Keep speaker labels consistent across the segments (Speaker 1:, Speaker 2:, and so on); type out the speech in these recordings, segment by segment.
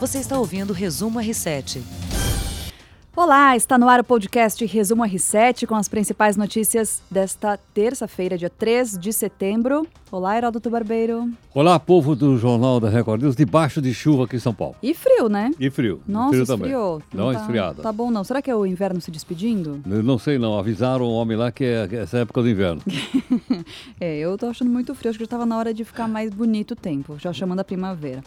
Speaker 1: Você está ouvindo o Resumo R7.
Speaker 2: Olá, está no ar o podcast Resumo R7 com as principais notícias desta terça-feira, dia 3 de setembro. Olá, Heródoto Barbeiro.
Speaker 3: Olá, povo do Jornal da Record News, debaixo de chuva aqui em São Paulo.
Speaker 2: E frio, né?
Speaker 3: E frio.
Speaker 2: Nossa,
Speaker 3: frio também.
Speaker 2: esfriou.
Speaker 3: Dá uma esfriada.
Speaker 2: Tá bom, não. Será que é o inverno se despedindo?
Speaker 3: Eu Não sei não, avisaram o homem lá que é essa época do inverno.
Speaker 2: É, eu tô achando muito frio. Acho que já tava na hora de ficar mais bonito o tempo, já chamando a primavera.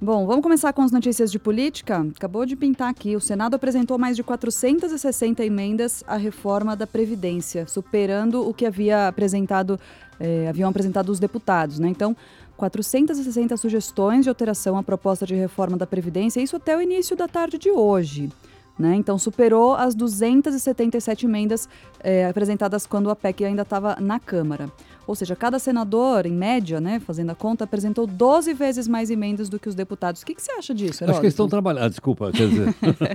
Speaker 2: Bom, vamos começar com as notícias de política. Acabou de pintar aqui. O Senado apresentou mais de 460 emendas à reforma da Previdência, superando o que havia apresentado, eh, haviam apresentado os deputados, né? Então, 460 sugestões de alteração à proposta de reforma da Previdência, isso até o início da tarde de hoje né? Então superou as 277 emendas eh, apresentadas quando a PEC ainda estava na Câmara. Ou seja, cada senador, em média, né, fazendo a conta, apresentou 12 vezes mais emendas do que os deputados. O que, que você acha disso,
Speaker 3: Acho que
Speaker 2: Heródoto?
Speaker 3: eles estão trabalhando. Ah, desculpa, quer dizer.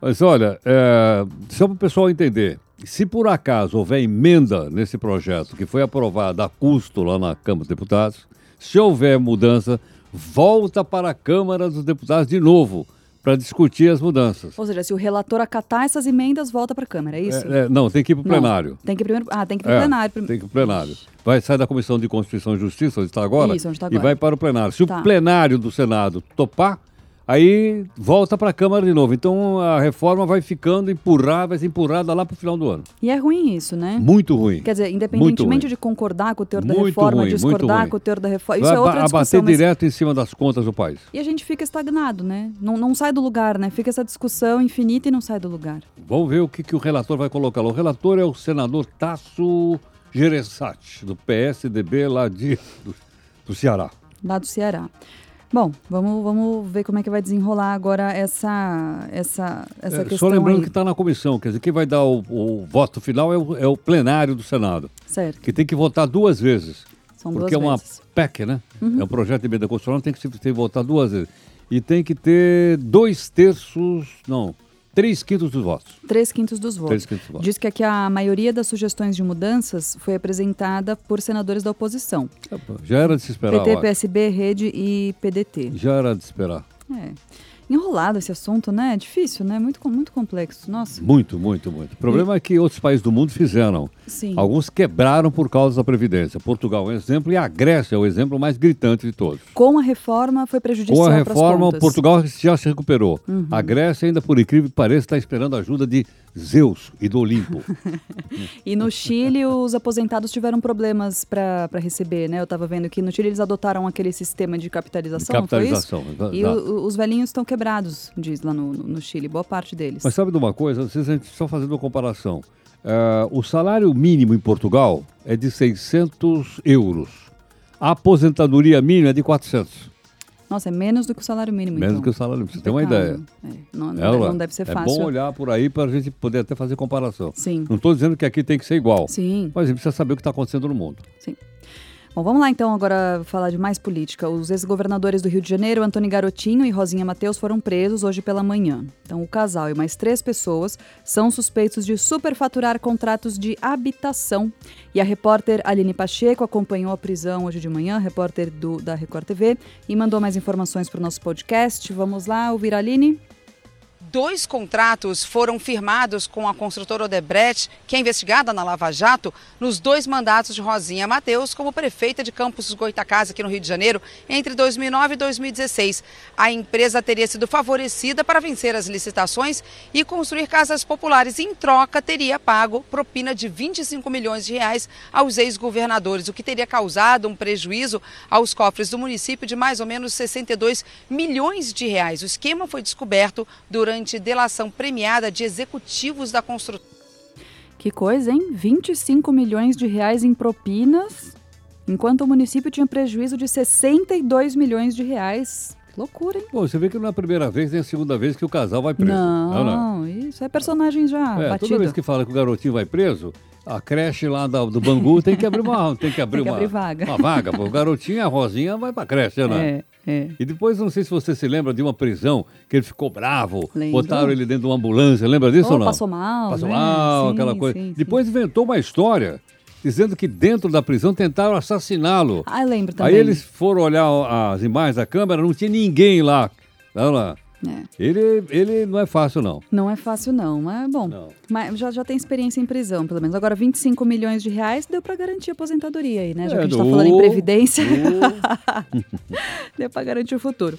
Speaker 3: Mas olha, é, só para o pessoal entender, se por acaso houver emenda nesse projeto que foi aprovada a custo lá na Câmara dos Deputados, se houver mudança, volta para a Câmara dos Deputados de novo para discutir as mudanças.
Speaker 2: Ou seja, se o relator acatar essas emendas, volta para a Câmara, é isso?
Speaker 3: É, é, não, tem que ir para o
Speaker 2: Não,
Speaker 3: plenário.
Speaker 2: Tem que primeiro... Ah, tem que ir para
Speaker 3: É,
Speaker 2: o plenário. prim-
Speaker 3: Tem que ir pro plenário. Vai sair da Comissão de Constituição e Justiça, onde está agora,
Speaker 2: Isso, onde tá
Speaker 3: e
Speaker 2: agora.
Speaker 3: vai para o plenário. Se
Speaker 2: Tá.
Speaker 3: o plenário do Senado topar, aí volta para a Câmara de novo. Então a reforma vai ficando empurrada, vai ser empurrada lá para o final do ano.
Speaker 2: E é ruim isso, né?
Speaker 3: Muito ruim.
Speaker 2: Quer dizer,
Speaker 3: Muito
Speaker 2: independentemente
Speaker 3: ruim.
Speaker 2: de concordar com o teor da
Speaker 3: Muito
Speaker 2: reforma,
Speaker 3: ruim, muito
Speaker 2: discordar
Speaker 3: ruim.
Speaker 2: com o teor da reforma, isso
Speaker 3: vai
Speaker 2: é outra
Speaker 3: aba-
Speaker 2: discussão.
Speaker 3: abater
Speaker 2: mas-
Speaker 3: direto em cima das contas do país.
Speaker 2: E a gente fica estagnado, né? Não, não sai do lugar, né? Fica essa discussão infinita e não sai do lugar.
Speaker 3: Vamos ver o que, que o relator vai colocar lá. O relator é o senador Tasso Gereissati, do PSDB lá de, do- do Ceará.
Speaker 2: lá do Ceará. Bom, vamos, vamos ver como é que vai desenrolar agora essa, essa, essa
Speaker 3: É, só
Speaker 2: questão
Speaker 3: lembrando
Speaker 2: aí.
Speaker 3: que está na comissão, quer dizer, quem vai dar o, o voto final é o, é o plenário do Senado,
Speaker 2: Certo,
Speaker 3: que tem que votar duas vezes.
Speaker 2: São
Speaker 3: porque
Speaker 2: duas
Speaker 3: é uma
Speaker 2: vezes. Uhum.
Speaker 3: PEC, né? É um projeto de emenda constitucional, tem que se ter votar duas vezes. E tem que ter dois terços, não, três quintos dos votos.
Speaker 2: três quintos dos votos.
Speaker 3: Três quintos dos votos.
Speaker 2: Diz que aqui a maioria das sugestões de mudanças foi apresentada por senadores da oposição.
Speaker 3: Já era de se esperar, eu
Speaker 2: PT,
Speaker 3: acho.
Speaker 2: PSB, Rede e PDT.
Speaker 3: Já era de se esperar.
Speaker 2: É. Enrolado esse assunto, né? É difícil, né? Muito, com- muito complexo. Nossa.
Speaker 3: Muito, muito, muito. O problema é que outros países do mundo fizeram.
Speaker 2: Sim.
Speaker 3: Alguns quebraram por causa da Previdência. Portugal é um exemplo e a Grécia é o exemplo mais gritante de todos.
Speaker 2: Com a reforma foi
Speaker 3: Com
Speaker 2: prejudicial
Speaker 3: a
Speaker 2: para as
Speaker 3: reforma,
Speaker 2: contas. Uhum.
Speaker 3: Portugal já se recuperou. A Grécia, ainda por incrível que pareça, está esperando a ajuda de Zeus e do Olimpo.
Speaker 2: E no Chile, os aposentados tiveram problemas para receber, né? Eu tava vendo que no Chile eles adotaram aquele sistema de capitalização,
Speaker 3: De capitalização,
Speaker 2: não foi isso? E
Speaker 3: exato.
Speaker 2: o- o- os velhinhos estão quebrados, diz lá no, no- no Chile, boa parte deles.
Speaker 3: Mas sabe de uma coisa? Vocês a gente só fazendo uma comparação. Ah, o salário mínimo em Portugal é de 600 euros. A aposentadoria mínima é de 400.
Speaker 2: Nossa, é menos do que o salário mínimo,
Speaker 3: Menos
Speaker 2: então.
Speaker 3: que o salário mínimo. Você tem uma ideia.
Speaker 2: Complicado. É, não, não
Speaker 3: É,
Speaker 2: deve-
Speaker 3: ué.
Speaker 2: não deve ser
Speaker 3: é
Speaker 2: fácil.
Speaker 3: bom olhar por aí para a gente poder até fazer comparação.
Speaker 2: Sim.
Speaker 3: Não estou dizendo que aqui tem que ser igual.
Speaker 2: Sim.
Speaker 3: Mas a gente precisa saber o que está acontecendo no mundo.
Speaker 2: Sim. Bom, vamos lá então agora falar de mais política. Os ex-governadores do Rio de Janeiro, Antônio Garotinho e Rosinha Mateus, foram presos hoje pela manhã. Então, o casal e mais três pessoas são suspeitos de superfaturar contratos de habitação. E a repórter Aline Pacheco acompanhou a prisão hoje de manhã, repórter do, da Record TV, e mandou mais informações para o nosso podcast. Vamos lá ouvir a Aline?
Speaker 4: Dois contratos foram firmados com a construtora Odebrecht, que é investigada na Lava Jato, nos dois mandatos de Rosinha Mateus como prefeita de Campos dos Goitacazes aqui no Rio de Janeiro, entre 2009 e 2016. A empresa teria sido favorecida para vencer as licitações e construir casas populares. Em troca, teria pago propina de 25 milhões de reais aos ex-governadores, o que teria causado um prejuízo aos cofres do município de mais ou menos 62 milhões de reais. O esquema foi descoberto durante delação premiada de executivos da construtora.
Speaker 2: Que coisa, hein? 25 milhões de reais em propinas, enquanto o município tinha prejuízo de 62 milhões de reais. Que Loucura, hein?
Speaker 3: Bom, você vê que não é a primeira vez nem a segunda vez que o casal vai preso.
Speaker 2: Não, isso é personagem já
Speaker 3: É,
Speaker 2: batido.
Speaker 3: toda vez que fala que o garotinho vai preso, a creche lá da- do Bangu tem que abrir uma tem que abrir,
Speaker 2: Tem que
Speaker 3: uma,
Speaker 2: abrir vaga.
Speaker 3: uma vaga. pô. O garotinho e a Rosinha vai pra creche, né?
Speaker 2: É, é.
Speaker 3: E depois, não sei se você se lembra de uma prisão que ele ficou bravo,
Speaker 2: Lembro.
Speaker 3: botaram ele dentro de uma ambulância, lembra disso
Speaker 2: Oh,
Speaker 3: ou não?
Speaker 2: passou mal,
Speaker 3: Passou
Speaker 2: né?
Speaker 3: mal,
Speaker 2: Sim,
Speaker 3: aquela coisa.
Speaker 2: sim, sim.
Speaker 3: depois inventou uma história dizendo que dentro da prisão tentaram assassiná-lo.
Speaker 2: Ah, eu lembro também.
Speaker 3: Aí eles foram olhar as imagens da câmera, não tinha ninguém lá. Olha lá.
Speaker 2: É.
Speaker 3: Ele, ele não é fácil, não.
Speaker 2: Não é fácil, não. Mas, bom,
Speaker 3: Não.
Speaker 2: mas já, já tem experiência em prisão, pelo menos. Agora, 25 milhões de reais deu pra garantir a aposentadoria aí, né? Já que a gente tá
Speaker 3: É,
Speaker 2: falando em
Speaker 3: do-
Speaker 2: previdência.
Speaker 3: do-
Speaker 2: Deu para garantir o futuro.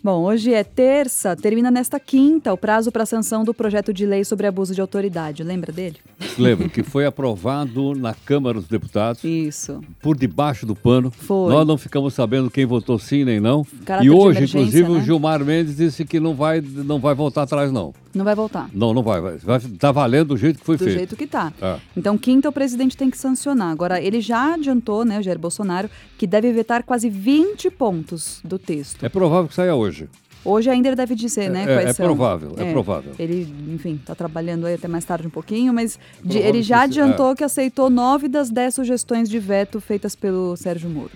Speaker 2: Bom, hoje é terça, termina nesta quinta o prazo para sanção do projeto de lei sobre abuso de autoridade. Lembra dele?
Speaker 3: Lembra que foi aprovado na Câmara dos Deputados,
Speaker 2: Isso.
Speaker 3: por debaixo do pano.
Speaker 2: Foi.
Speaker 3: Nós não ficamos sabendo quem votou sim nem não.
Speaker 2: Caráter
Speaker 3: e
Speaker 2: de
Speaker 3: hoje,
Speaker 2: emergência,
Speaker 3: inclusive,
Speaker 2: né?
Speaker 3: o Gilmar Mendes disse que não vai, não vai voltar atrás, não.
Speaker 2: Não vai voltar.
Speaker 3: Não, não vai. vai- vai tá valendo do jeito que foi
Speaker 2: Do
Speaker 3: feito.
Speaker 2: jeito que tá.
Speaker 3: É.
Speaker 2: Então, quinta, o presidente tem que sancionar. Agora, ele já adiantou, né, o Jair Bolsonaro, que deve vetar quase 20 pontos do texto.
Speaker 3: É provável que saia hoje.
Speaker 2: Hoje ainda ele deve dizer, né?
Speaker 3: É-
Speaker 2: quais
Speaker 3: é
Speaker 2: são.
Speaker 3: provável, é provável.
Speaker 2: Ele, enfim, está trabalhando aí até mais tarde um pouquinho, mas de-
Speaker 3: provável
Speaker 2: ele já
Speaker 3: que é. se-
Speaker 2: adiantou que aceitou nove das dez sugestões de veto feitas pelo Sérgio Moro.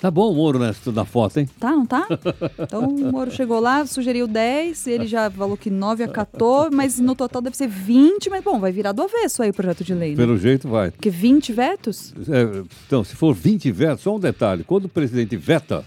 Speaker 3: Tá bom o Moro nessa, na foto, hein?
Speaker 2: Tá, não tá? Então o Moro chegou lá, sugeriu 10, ele já falou que 9 acatou, mas no total deve ser 20, mas bom, vai virar do avesso aí o projeto de lei, né?
Speaker 3: Pelo jeito vai.
Speaker 2: Porque 20 vetos?
Speaker 3: É, então, se for 20 vetos, só um detalhe. Quando o presidente veta,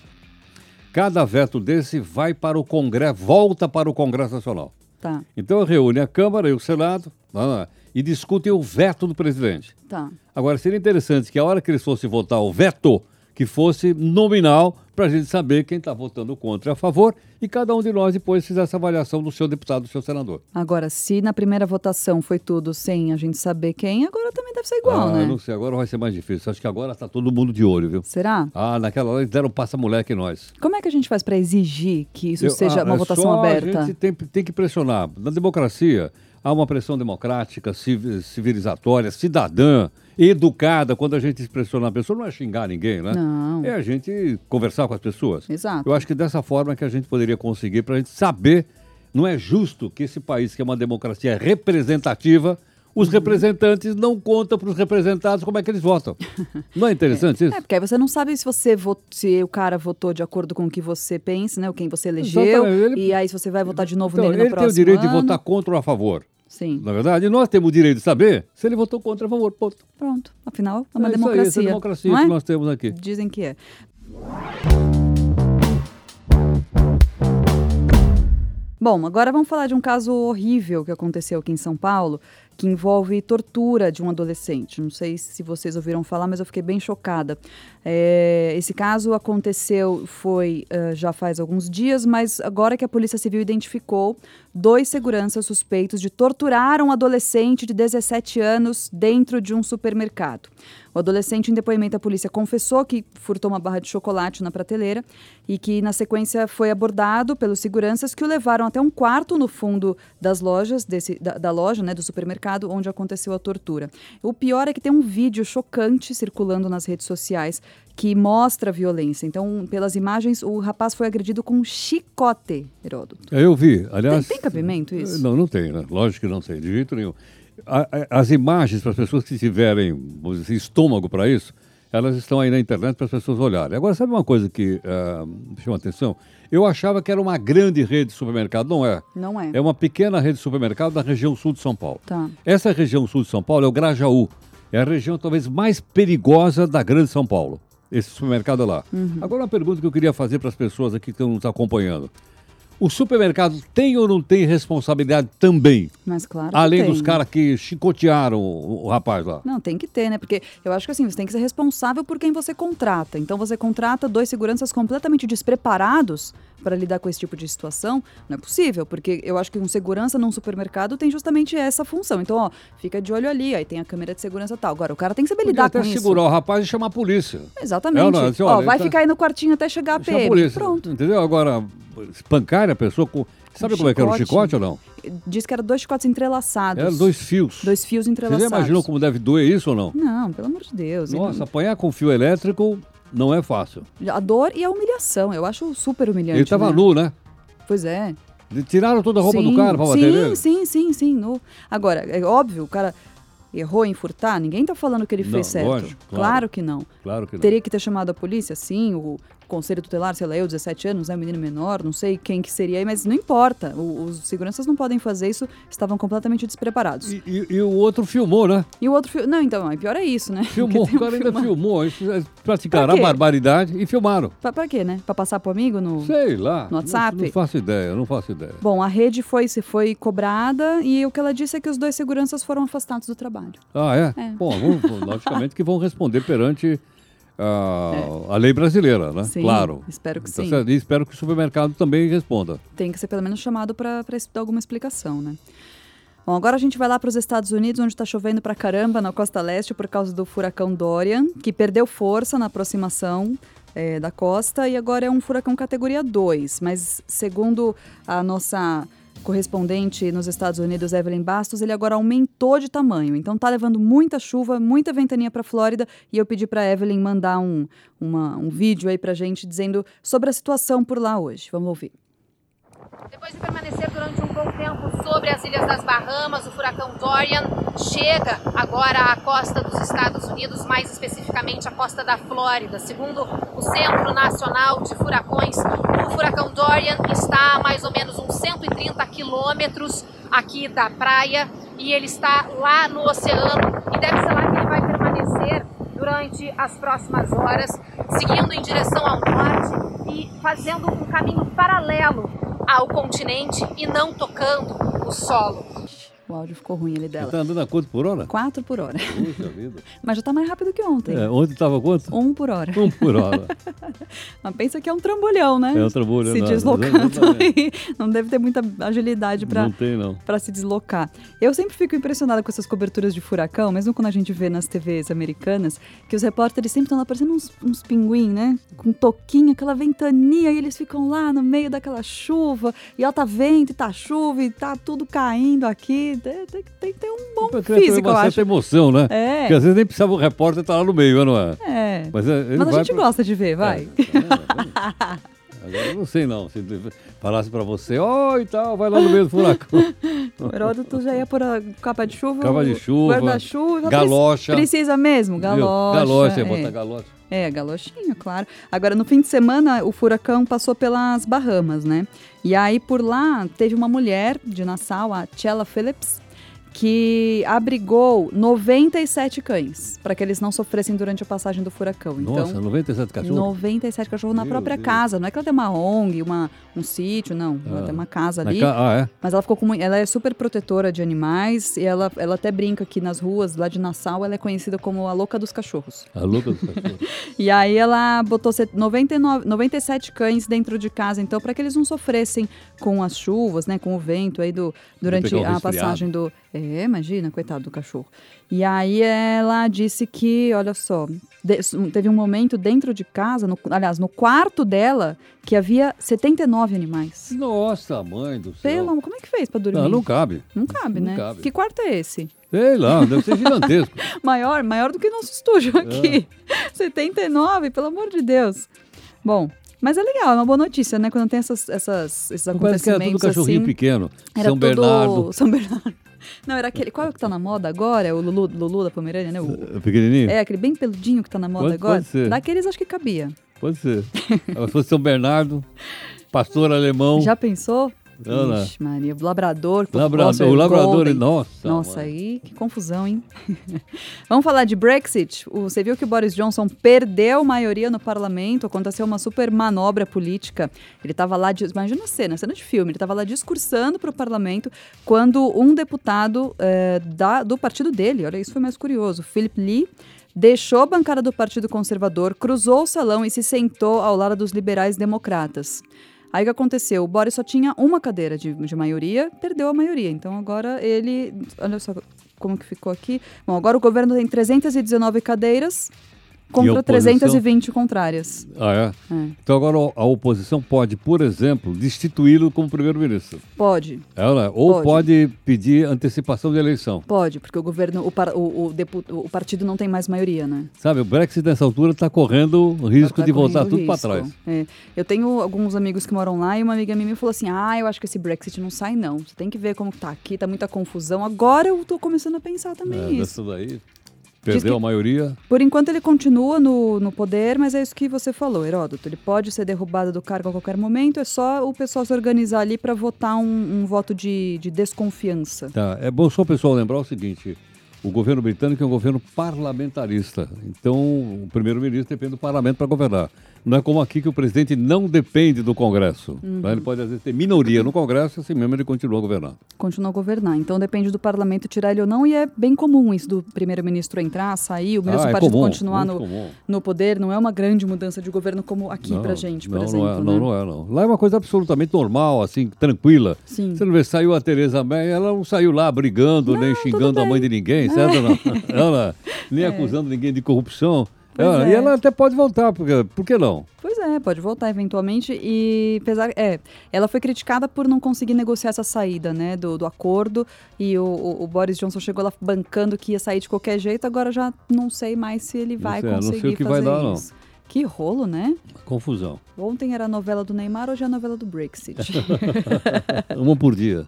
Speaker 3: cada veto desse vai para o Congresso, volta para o Congresso Nacional.
Speaker 2: Tá,
Speaker 3: Então reúne a Câmara e o Senado lá, lá, e discutem o veto do presidente.
Speaker 2: tá.
Speaker 3: Agora, seria interessante que a hora que eles fossem votar o veto, que fosse nominal, para a gente saber quem está votando contra e a favor, e cada um de nós depois fizesse a avaliação do seu deputado, do seu senador.
Speaker 2: Agora, se na primeira votação foi tudo sem a gente saber quem, agora também deve ser igual,
Speaker 3: ah,
Speaker 2: né?
Speaker 3: não sei, agora vai ser mais difícil. Acho que agora está todo mundo de olho, viu?
Speaker 2: Será?
Speaker 3: Ah, naquela hora eles deram passa-moleque em nós.
Speaker 2: Como é que a gente faz para exigir que isso
Speaker 3: Eu-
Speaker 2: seja
Speaker 3: ah,
Speaker 2: uma
Speaker 3: é
Speaker 2: votação
Speaker 3: só
Speaker 2: aberta?
Speaker 3: A gente tem, tem que pressionar. Na democracia, há uma pressão democrática, civi- civilizatória, cidadã, educada. Quando a gente pressionar a pessoa, não é xingar ninguém, né?
Speaker 2: Não.
Speaker 3: É a gente conversar com as pessoas.
Speaker 2: Exato.
Speaker 3: Eu acho que dessa forma que a gente poderia conseguir, para a gente saber, não é justo que esse país, que é uma democracia representativa, os
Speaker 2: Uhum.
Speaker 3: representantes não contam para os representados como é que eles votam. Não é interessante isso?
Speaker 2: É, porque aí você não sabe se você vo- se o cara votou de acordo com o que você pensa, né? o Quem você elegeu.
Speaker 3: Exatamente, ele-
Speaker 2: E aí se você vai votar de novo
Speaker 3: Então,
Speaker 2: nele no
Speaker 3: ele tem o
Speaker 2: próximo
Speaker 3: direito de
Speaker 2: ano.
Speaker 3: votar contra ou a favor.
Speaker 2: Sim.
Speaker 3: Na verdade, nós temos o direito de saber se ele votou contra ou a favor. Ponto.
Speaker 2: Pronto. Afinal, é uma
Speaker 3: É isso aí,
Speaker 2: democracia.
Speaker 3: essa é a democracia
Speaker 2: não é?
Speaker 3: que nós temos aqui.
Speaker 2: Dizem que é. Bom, agora vamos falar de um caso horrível que aconteceu aqui em São Paulo, que envolve tortura de um adolescente. Não sei se vocês ouviram falar, mas eu fiquei bem chocada. É, esse caso aconteceu, foi eh, já faz alguns dias, mas agora que a Polícia Civil identificou dois seguranças suspeitos de torturar um adolescente de 17 anos dentro de um supermercado. O adolescente, em depoimento à polícia, confessou que furtou uma barra de chocolate na prateleira e que, na sequência, foi abordado pelos seguranças que o levaram até um quarto no fundo das lojas, desse, da, da loja, né, do supermercado, onde aconteceu a tortura. O pior é que tem um vídeo chocante circulando nas redes sociais que mostra a violência. Então, pelas imagens, o rapaz foi agredido com um chicote, Heródoto.
Speaker 3: É, Eu vi, aliás...
Speaker 2: Tem- tem cabimento isso?
Speaker 3: Não, não tem, né? lógico que não tem, de jeito nenhum. A- a- as imagens, para as pessoas que tiverem vamos dizer assim, estômago para isso, elas estão aí na internet para as pessoas olharem. Agora, sabe uma coisa que ah, me chama a atenção? Eu achava que era uma grande rede de supermercado, não é.
Speaker 2: Não é?
Speaker 3: É uma pequena rede de supermercado da região sul de São Paulo.
Speaker 2: Tá.
Speaker 3: Essa região sul de São Paulo é o Grajaú. É a região talvez mais perigosa da Grande São Paulo. Esse supermercado é lá.
Speaker 2: Uhum.
Speaker 3: Agora uma pergunta que eu queria fazer para as pessoas aqui que estão nos acompanhando. O supermercado tem ou não tem responsabilidade também?
Speaker 2: Mas claro. que
Speaker 3: além
Speaker 2: tem,
Speaker 3: dos
Speaker 2: né?
Speaker 3: caras que chicotearam o, o rapaz lá.
Speaker 2: Não, tem que ter, né? Porque eu acho que assim, você tem que ser responsável por quem você contrata. Então você contrata dois seguranças completamente despreparados para lidar com esse tipo de situação. Não é possível, porque eu acho que um segurança num supermercado tem justamente essa função. Então, ó, fica de olho ali, aí tem a câmera de segurança e tal. Agora, o cara tem que saber
Speaker 3: Podia
Speaker 2: lidar
Speaker 3: até
Speaker 2: com isso.
Speaker 3: segurar o rapaz e chamar a polícia.
Speaker 2: Exatamente.
Speaker 3: É, não, assim,
Speaker 2: ó,
Speaker 3: olha,
Speaker 2: vai
Speaker 3: tá-
Speaker 2: ficar aí no quartinho até chegar a
Speaker 3: Chama a
Speaker 2: PM.
Speaker 3: polícia.
Speaker 2: Pronto.
Speaker 3: Entendeu? Agora, espancar a pessoa com. Sabe como é que era o
Speaker 2: chicote.
Speaker 3: chicote ou não?
Speaker 2: Diz que era dois chicotes entrelaçados.
Speaker 3: Eram dois fios.
Speaker 2: Dois fios
Speaker 3: Você
Speaker 2: entrelaçados.
Speaker 3: já imaginou como deve doer isso ou não?
Speaker 2: Não, pelo amor de Deus.
Speaker 3: Nossa, apanhar com fio elétrico não é fácil.
Speaker 2: A dor e a humilhação. Eu acho super humilhante.
Speaker 3: Ele estava
Speaker 2: né?
Speaker 3: nu, né?
Speaker 2: Pois é.
Speaker 3: Ele Tiraram toda a roupa
Speaker 2: Sim,
Speaker 3: do cara pra bater
Speaker 2: Sim,
Speaker 3: nele.
Speaker 2: sim, sim, sim. No... Agora, é óbvio, o cara errou em furtar, ninguém tá falando que ele
Speaker 3: Não,
Speaker 2: fez certo.
Speaker 3: lógico, claro.
Speaker 2: que não.
Speaker 3: Claro que não.
Speaker 2: Teria que ter chamado a polícia? Sim, o conselho tutelar, sei lá, eu, 17 anos, né, menino menor, não sei quem que seria aí, mas não importa. O- os seguranças não podem fazer isso, estavam completamente despreparados. E,
Speaker 3: E, e- e o outro filmou, né? o
Speaker 2: o outro filme. Não, então, é pior é isso, né?
Speaker 3: Filmou,
Speaker 2: Porque tem
Speaker 3: o
Speaker 2: um
Speaker 3: cara ainda
Speaker 2: filmado.
Speaker 3: filmou. Eles praticaram
Speaker 2: Pra
Speaker 3: a
Speaker 2: quê?
Speaker 3: barbaridade e filmaram.
Speaker 2: Pra, pra quê, né? Pra passar pro amigo no.
Speaker 3: Sei lá.
Speaker 2: No WhatsApp?
Speaker 3: Não, não faço ideia, não faço ideia.
Speaker 2: Bom, a rede foi se foi cobrada e o que ela disse é que os dois seguranças foram afastados do trabalho.
Speaker 3: Ah, é?
Speaker 2: É.
Speaker 3: Bom, vão- logicamente que vão responder perante ah, a lei brasileira, né?
Speaker 2: É. Sim,
Speaker 3: claro.
Speaker 2: espero que
Speaker 3: Tá
Speaker 2: sim.
Speaker 3: certo? E espero que o supermercado também responda.
Speaker 2: tem que ser pelo menos chamado para dar alguma explicação, né? Bom, agora a gente vai lá para os Estados Unidos, onde está chovendo pra caramba na costa leste por causa do furacão Dorian, que perdeu força na aproximação eh, da costa e agora é um furacão categoria 2. Mas segundo a nossa correspondente nos Estados Unidos, Evelyn Bastos, ele agora aumentou de tamanho. Então tá levando muita chuva, muita ventania para Flórida e eu pedi para Evelyn mandar um, uma- um vídeo aí para gente dizendo sobre a situação por lá hoje. Vamos ouvir.
Speaker 5: Depois de permanecer durante um bom tempo sobre as Ilhas das Bahamas, o furacão Dorian chega agora à costa dos Estados Unidos, mais especificamente à costa da Flórida. Segundo o Centro Nacional de Furacões, o furacão Dorian está a mais ou menos uns 130 quilômetros aqui da praia e ele está lá no oceano e deve ser lá que ele vai permanecer durante as próximas horas, seguindo em direção ao norte e fazendo um caminho paralelo ao continente e não tocando o solo.
Speaker 2: O áudio ficou ruim ali
Speaker 3: Você
Speaker 2: dela.
Speaker 3: tá andando a quanto por hora?
Speaker 2: 4 por hora.
Speaker 3: Puxa vida.
Speaker 2: Mas já tá mais rápido que ontem.
Speaker 3: É, ontem estava quanto?
Speaker 2: 1 por hora.
Speaker 3: Um por hora.
Speaker 2: Mas pensa que é um trambolhão, né?
Speaker 3: É outra bolha.
Speaker 2: se
Speaker 3: né?
Speaker 2: deslocando
Speaker 3: Exatamente.
Speaker 2: aí. Não deve ter muita agilidade pra,
Speaker 3: Não tem, não.
Speaker 2: pra se deslocar. Eu sempre fico impressionada com essas coberturas de furacão, mesmo quando a gente vê nas TVs americanas, que os repórteres sempre estão lá parecendo uns, uns pinguim, né? Com toquinho, aquela ventania, e eles ficam lá no meio daquela chuva, e ela tá vento, e tá chuva, e tá tudo caindo aqui. Tem, tem, tem, tem um bom
Speaker 3: Eu queria
Speaker 2: físico,
Speaker 3: ter
Speaker 2: eu
Speaker 3: uma
Speaker 2: acho.
Speaker 3: certa emoção, né?
Speaker 2: É.
Speaker 3: Porque às vezes nem precisava o repórter estar lá no meio, não é?
Speaker 2: É.
Speaker 3: Mas, é, ele
Speaker 2: Mas a
Speaker 3: vai
Speaker 2: gente
Speaker 3: pro-
Speaker 2: gosta de ver, vai.
Speaker 3: É, tá vendo? Agora eu não sei não, se falasse pra você, ó e tal, vai lá no meio do furacão.
Speaker 2: O Heródoto já ia pôr a capa de chuva,
Speaker 3: Capa de
Speaker 2: o
Speaker 3: chuva,
Speaker 2: guarda-chuva.
Speaker 3: galocha.
Speaker 2: Preci- Precisa mesmo, galocha.
Speaker 3: Galocha,
Speaker 2: é.
Speaker 3: é. botar galocha.
Speaker 2: É, galochinho, claro. Agora, no fim de semana, o furacão passou pelas Bahamas, né? E aí, por lá, teve uma mulher de Nassau, a Chela Phillips, que abrigou 97 cães, para que eles não sofressem durante a passagem do furacão.
Speaker 3: Nossa,
Speaker 2: então,
Speaker 3: 97 cachorros?
Speaker 2: 97 cachorros na
Speaker 3: Meu
Speaker 2: própria
Speaker 3: Deus.
Speaker 2: casa. Não é que ela tem uma ONG, uma, um sítio, não. Ela
Speaker 3: Ah.
Speaker 2: tem uma casa
Speaker 3: Na
Speaker 2: ali.
Speaker 3: ca- Ah, é?
Speaker 2: Mas ela ficou com muito, ela é super protetora de animais e ela, ela até brinca aqui nas ruas lá de Nassau, ela é conhecida como a louca dos cachorros.
Speaker 3: A louca dos cachorros.
Speaker 2: E aí ela botou set- 99, 97 cães dentro de casa, então para que eles não sofressem com as chuvas, né, com o vento aí do durante
Speaker 3: pegar um
Speaker 2: a
Speaker 3: resfriado.
Speaker 2: passagem do, é, imagina, coitado do cachorro. E aí ela disse que, olha só, de- teve um momento dentro de casa, no- aliás, no quarto dela, que havia 79 animais.
Speaker 3: Nossa, mãe do céu.
Speaker 2: Pelo amor, como é que fez para dormir?
Speaker 3: Não, não cabe.
Speaker 2: Não cabe,
Speaker 3: Não
Speaker 2: né?
Speaker 3: cabe.
Speaker 2: Que quarto é esse?
Speaker 3: Sei lá, deve ser gigantesco.
Speaker 2: Maior, maior do que nosso estúdio
Speaker 3: É.
Speaker 2: aqui. 79, pelo amor de Deus. Bom, mas é legal, é uma boa notícia, né? Quando tem essas, essas, esses
Speaker 3: Parece que era tudo
Speaker 2: acontecimentos
Speaker 3: cachorrinho
Speaker 2: assim.
Speaker 3: pequeno.
Speaker 2: Era
Speaker 3: São
Speaker 2: tudo
Speaker 3: Bernardo.
Speaker 2: São Bernardo. Não, era aquele. Qual é o que tá na moda agora? É o Lulu, Lulu da Pomerânia, né? O-
Speaker 3: Pequenininho?
Speaker 2: é, aquele bem peludinho que tá na moda
Speaker 3: Pode-
Speaker 2: agora.
Speaker 3: pode ser.
Speaker 2: Daqueles acho que cabia.
Speaker 3: Pode ser. Mas se fosse São Bernardo, pastor alemão.
Speaker 2: Já pensou?
Speaker 3: Não, não.
Speaker 2: Ixi, Maria, labrador,
Speaker 3: Labrador,
Speaker 2: Bulldozer,
Speaker 3: o labrador,
Speaker 2: Golden.
Speaker 3: nossa.
Speaker 2: Nossa,
Speaker 3: mano.
Speaker 2: aí que confusão, hein? Vamos falar de Brexit. O- Você viu que o Boris Johnson perdeu maioria no parlamento, aconteceu uma super manobra política. Ele estava lá, de- imagina a cena, cena de filme, ele estava lá discursando para o parlamento quando um deputado eh, da- do partido dele, olha, isso foi mais curioso, Philip Lee, deixou a bancada do Partido Conservador, cruzou o salão e se sentou ao lado dos liberais democratas. Aí o que aconteceu? O Boris só tinha uma cadeira de, de maioria, perdeu a maioria. Então agora ele. Olha só como que ficou aqui. Bom, agora o governo tem 319 cadeiras
Speaker 3: E
Speaker 2: contra
Speaker 3: oposição?
Speaker 2: 320 contrárias.
Speaker 3: Ah, é?
Speaker 2: É.
Speaker 3: Então agora a oposição pode, por exemplo, destituí-lo como primeiro-ministro.
Speaker 2: Pode,
Speaker 3: Ela, ou pode. pedir antecipação de eleição.
Speaker 2: pode, porque o governo, o, par- o, o depu- o partido não tem mais maioria, né?
Speaker 3: Sabe, o Brexit nessa altura está correndo o risco
Speaker 2: Tá
Speaker 3: de voltar
Speaker 2: correndo
Speaker 3: tudo para
Speaker 2: risco.
Speaker 3: trás.
Speaker 2: É. Eu tenho alguns amigos que moram lá e uma amiga minha me falou assim: ah, eu acho que esse Brexit não sai, não. Você tem que ver como tá aqui, tá muita confusão. Agora eu tô começando a pensar também
Speaker 3: É,
Speaker 2: isso.
Speaker 3: dessa daí.
Speaker 2: Diz
Speaker 3: Perdeu
Speaker 2: que-
Speaker 3: a maioria?
Speaker 2: Por enquanto ele continua no, no poder, mas é isso que você falou, Heródoto. Ele pode ser derrubado do cargo a qualquer momento, é só o pessoal se organizar ali para votar um, um voto de, de desconfiança.
Speaker 3: Tá. É bom só o pessoal lembrar o seguinte: o governo britânico é um governo parlamentarista. Então, o primeiro-ministro depende do parlamento para governar. Não é como aqui que o presidente não depende do Congresso.
Speaker 2: Uhum.
Speaker 3: né? Ele pode, às vezes, ter minoria no Congresso e assim mesmo ele continua a governar.
Speaker 2: Continuar a governar. Então depende do parlamento tirar ele ou não, e é bem comum isso do primeiro-ministro entrar, sair, o mesmo
Speaker 3: Ah, é
Speaker 2: partido
Speaker 3: comum,
Speaker 2: continuar
Speaker 3: muito
Speaker 2: no,
Speaker 3: comum.
Speaker 2: no poder. Não é uma grande mudança de governo como aqui pra gente, por
Speaker 3: não,
Speaker 2: exemplo.
Speaker 3: Não é,
Speaker 2: né?
Speaker 3: não, não é, não. Lá é uma coisa absolutamente normal, assim, tranquila.
Speaker 2: Sim.
Speaker 3: Você não vê, saiu a Tereza May, ela não saiu lá brigando, nem xingando a mãe de
Speaker 2: É.
Speaker 3: ninguém, certo? Não. Ela nem acusando ninguém de corrupção.
Speaker 2: Pois
Speaker 3: Ela- E
Speaker 2: é.
Speaker 3: ela até pode voltar, porque, por que não?
Speaker 2: Pois é, pode voltar eventualmente. E apesar. É, ela foi criticada por não conseguir negociar essa saída, né? Do, do acordo. E o, o- o Boris Johnson chegou lá bancando que ia sair de qualquer jeito. Agora já não sei mais se ele vai
Speaker 3: sei, eu não sei
Speaker 2: conseguir
Speaker 3: o que vai
Speaker 2: fazer
Speaker 3: dar,
Speaker 2: isso. Que rolo, né?
Speaker 3: Confusão.
Speaker 2: Ontem era a novela do Neymar, hoje é a novela do Brexit.
Speaker 3: Uma por dia.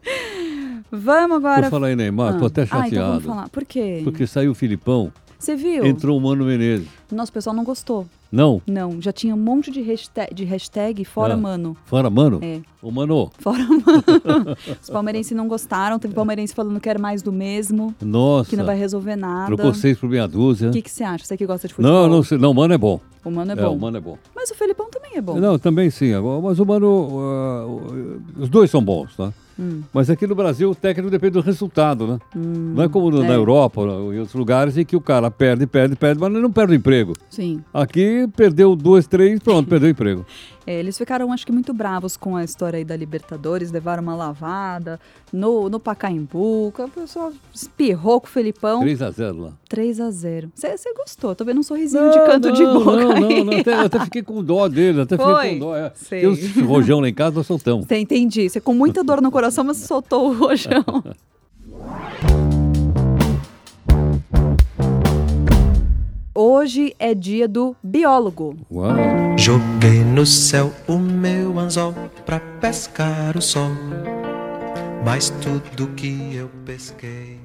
Speaker 2: Vamos agora.
Speaker 3: Por falar em Neymar,
Speaker 2: Ah.
Speaker 3: tô até
Speaker 2: Ah, então
Speaker 3: chateado.
Speaker 2: vamos falar. Por quê?
Speaker 3: porque saiu o Filipão,
Speaker 2: Você viu?
Speaker 3: entrou o Mano Menezes.
Speaker 2: Nosso pessoal não gostou.
Speaker 3: Não,
Speaker 2: Não, já tinha um monte de hashtag, de hashtag fora
Speaker 3: Ah.
Speaker 2: mano.
Speaker 3: fora Mano.
Speaker 2: É.
Speaker 3: Ô Mano,
Speaker 2: Fora, mano. Os palmeirenses não gostaram. Teve palmeirense falando que era mais do mesmo,
Speaker 3: nossa.
Speaker 2: que não vai resolver nada.
Speaker 3: Tá. Trocou seis por meia dúzia.
Speaker 2: O que que você acha? Você que gosta de futebol?
Speaker 3: Não, não sei. Não, Mano é bom.
Speaker 2: O Mano é, bom.
Speaker 3: o Mano é bom.
Speaker 2: Mas o Felipão também é bom.
Speaker 3: Não, também sim. Agora, Mas o Mano, ah, o- os dois são bons, tá?
Speaker 2: Hum.
Speaker 3: Mas aqui no Brasil o técnico depende do resultado, né? não é como no- na
Speaker 2: é.
Speaker 3: Europa ou em outros lugares em que o cara perde, perde, perde, mas ele não perde o emprego.
Speaker 2: Sim.
Speaker 3: Aqui perdeu dois, três, pronto, perdeu o emprego.
Speaker 2: É, eles ficaram, acho que, muito bravos com a história aí da Libertadores. Levaram uma lavada no, no Pacaembu. O pessoal espirrou com o Felipão.
Speaker 3: 3 a 0 lá.
Speaker 2: 3 a 0 Você você gostou. Tô vendo um sorrisinho de canto de
Speaker 3: não,
Speaker 2: boca
Speaker 3: Não,
Speaker 2: aí.
Speaker 3: não, não, até, eu até fiquei com dó dele, até
Speaker 2: Foi?
Speaker 3: fiquei com dó. É.
Speaker 2: Sei.
Speaker 3: Tem uns rojão lá em casa, nós soltamos.
Speaker 2: Você entendi. Você com muita dor no coração, mas soltou o rojão. Hoje é dia do biólogo.
Speaker 3: Uau.
Speaker 6: Joguei no céu o meu anzol pra pescar o sol. Mas tudo que eu pesquei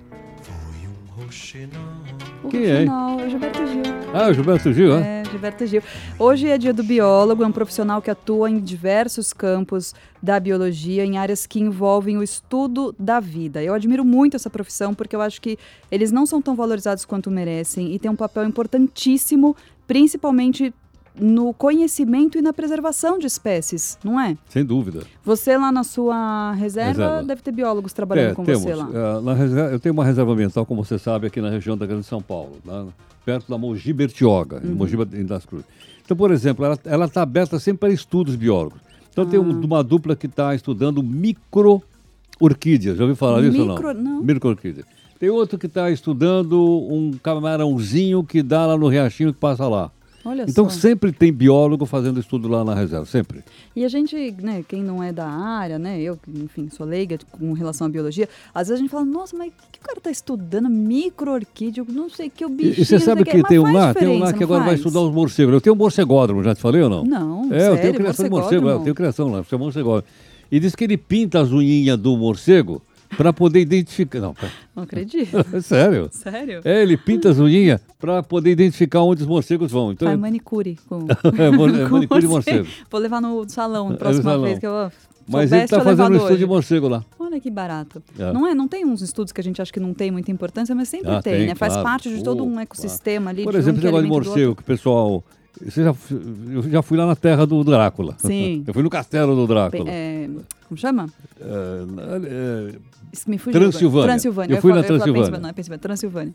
Speaker 6: foi um roxinol.
Speaker 2: O
Speaker 3: Quem é, hein?
Speaker 2: Não, o Gilberto Gil.
Speaker 3: Ah, o Gilberto Gil, é?
Speaker 2: É, Gilberto Gil. Hoje é dia do biólogo, é um profissional que atua em diversos campos da biologia, em áreas que envolvem o estudo da vida. Eu admiro muito essa profissão porque eu acho que eles não são tão valorizados quanto merecem e tem um papel importantíssimo, principalmente no conhecimento e na preservação de espécies, não é?
Speaker 3: Sem dúvida.
Speaker 2: Você lá na sua reserva,
Speaker 3: Reserva.
Speaker 2: deve ter biólogos trabalhando
Speaker 3: É,
Speaker 2: com
Speaker 3: temos.
Speaker 2: você lá.
Speaker 3: É, na reserva- eu tenho uma reserva ambiental, como você sabe, aqui na região da Grande São Paulo, lá perto da Mogi Bertioga, em
Speaker 2: Uhum.
Speaker 3: Mogi Ba- em das Cruzes. Então, por exemplo, ela está aberta sempre para estudos biólogos. Então, tem
Speaker 2: Ah.
Speaker 3: um- uma dupla que está estudando micro-orquídeas. Já ouviu falar disso ou
Speaker 2: Micro- não.
Speaker 3: Micro-orquídeas. Tem outro que está estudando um camarãozinho que dá lá no riachinho que passa lá.
Speaker 2: Olha
Speaker 3: então,
Speaker 2: só.
Speaker 3: sempre tem biólogo fazendo estudo lá na reserva, sempre.
Speaker 2: E a gente, né, quem não é da área, né, eu, que, enfim, sou leiga com relação à biologia, às vezes a gente fala, nossa, mas o que, que o cara tá estudando? Micro-orquídeo, não sei o é que, o
Speaker 3: E-
Speaker 2: bichinho,
Speaker 3: E você
Speaker 2: não sei
Speaker 3: sabe
Speaker 2: o
Speaker 3: que
Speaker 2: Mas
Speaker 3: tem um
Speaker 2: faz
Speaker 3: lá, tem um
Speaker 2: diferença,
Speaker 3: lá
Speaker 2: não
Speaker 3: que agora vai
Speaker 2: faz?
Speaker 3: estudar os morcegos. Eu tenho um morcegódromo, já te falei ou não?
Speaker 2: Não,
Speaker 3: É, eu tenho
Speaker 2: sério,
Speaker 3: criação de
Speaker 2: morcegódromo?
Speaker 3: morcego, é, eu tenho criação lá, chama morcegódromo. E diz que ele pinta as unhinhas do morcego para poder identificar. Não, pera-
Speaker 2: Não acredito.
Speaker 3: é sério.
Speaker 2: sério?
Speaker 3: É, ele pinta as unhinhas para poder identificar onde os morcegos vão. Então,
Speaker 2: Faz manicure com,
Speaker 3: é, mon- é
Speaker 2: com
Speaker 3: manicure
Speaker 2: morcego.
Speaker 3: de morcego.
Speaker 2: Vou levar no salão, a
Speaker 3: É, no
Speaker 2: próxima
Speaker 3: salão.
Speaker 2: vez que eu vou...
Speaker 3: Mas
Speaker 2: soubesse,
Speaker 3: ele está
Speaker 2: eu levava
Speaker 3: fazendo um estudo
Speaker 2: hoje.
Speaker 3: de morcego lá.
Speaker 2: Olha que barato.
Speaker 3: É.
Speaker 2: Não é? Não tem uns estudos que a gente acha que não tem muita importância, mas sempre
Speaker 3: Ah,
Speaker 2: tem,
Speaker 3: tem,
Speaker 2: né? Faz
Speaker 3: claro.
Speaker 2: parte de todo
Speaker 3: Oh,
Speaker 2: um
Speaker 3: claro.
Speaker 2: ecossistema ali.
Speaker 3: Por
Speaker 2: de um
Speaker 3: exemplo,
Speaker 2: que
Speaker 3: esse negócio de
Speaker 2: alimenta do outro.
Speaker 3: morcego que o pessoal. Você já, eu já fui lá na terra do Drácula.
Speaker 2: Sim.
Speaker 3: Eu fui no castelo do
Speaker 2: Pe-
Speaker 3: Drácula.
Speaker 2: é, como chama?
Speaker 3: É, é,
Speaker 2: Isso Me fugiu agora.
Speaker 3: Transilvânia.
Speaker 2: Transilvânia.
Speaker 3: Eu fui
Speaker 2: ia
Speaker 3: na
Speaker 2: falar- ia falar
Speaker 3: Transilvânia.
Speaker 2: Pensilvânia, Não é Pensilvânia,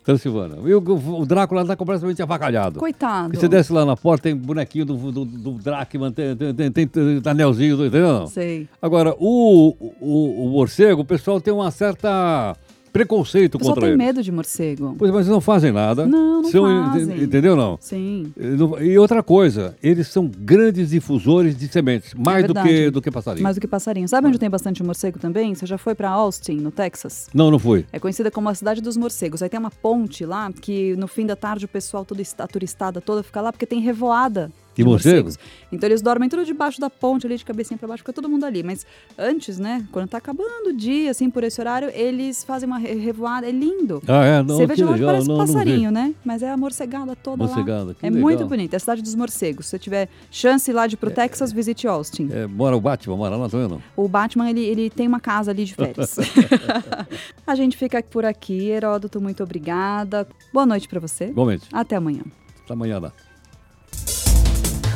Speaker 2: Transilvânia.
Speaker 3: Transilvânia. E o, o Drácula está completamente avacalhado.
Speaker 2: Coitado.
Speaker 3: Porque você desce lá na porta, tem bonequinho do, do, do Dracman, tem, tem, tem, tem anelzinho, do- entendeu? Não.
Speaker 2: Sei.
Speaker 3: Agora, o, o, o morcego, o pessoal tem uma certa preconceito
Speaker 2: O pessoal
Speaker 3: contra
Speaker 2: tem
Speaker 3: ele.
Speaker 2: medo de morcego.
Speaker 3: Pois, mas eles não fazem nada.
Speaker 2: Não, não
Speaker 3: São-
Speaker 2: fazem.
Speaker 3: ent- Entendeu, não?
Speaker 2: Sim.
Speaker 3: E não- E outra coisa, eles são grandes difusores de sementes, mais do
Speaker 2: É verdade.
Speaker 3: que, do que passarinho.
Speaker 2: Mais do que passarinho. Sabe onde tem bastante morcego também? Você já foi pra Austin, no Texas?
Speaker 3: Não, não foi.
Speaker 2: É conhecida como a cidade dos morcegos. Aí tem uma ponte lá que no fim da tarde o pessoal, toda est- a turistada toda, fica lá porque tem revoada
Speaker 3: E morcegos?
Speaker 2: Então eles dormem tudo debaixo da ponte ali, de cabecinha pra baixo, fica todo mundo ali. Mas antes, né, quando tá acabando o dia, assim, por esse horário, eles fazem uma re- revoada, é lindo.
Speaker 3: Ah, é? Não,
Speaker 2: Você vê
Speaker 3: que
Speaker 2: de longe,
Speaker 3: legal.
Speaker 2: parece
Speaker 3: não,
Speaker 2: um
Speaker 3: não vi.
Speaker 2: passarinho, né? Mas é a morcegada toda
Speaker 3: Morcegada,
Speaker 2: lá.
Speaker 3: que
Speaker 2: É
Speaker 3: legal.
Speaker 2: muito bonita, é a cidade dos morcegos. Se você tiver chance lá de ir pro Texas, visite Austin.
Speaker 3: É, mora o Batman, mora lá tá também, não?
Speaker 2: O Batman, ele, ele tem uma casa ali de férias. a gente fica por aqui. Heródoto, muito obrigada. Boa noite pra você.
Speaker 3: Igualmente.
Speaker 2: Até amanhã.
Speaker 3: Até amanhã, lá.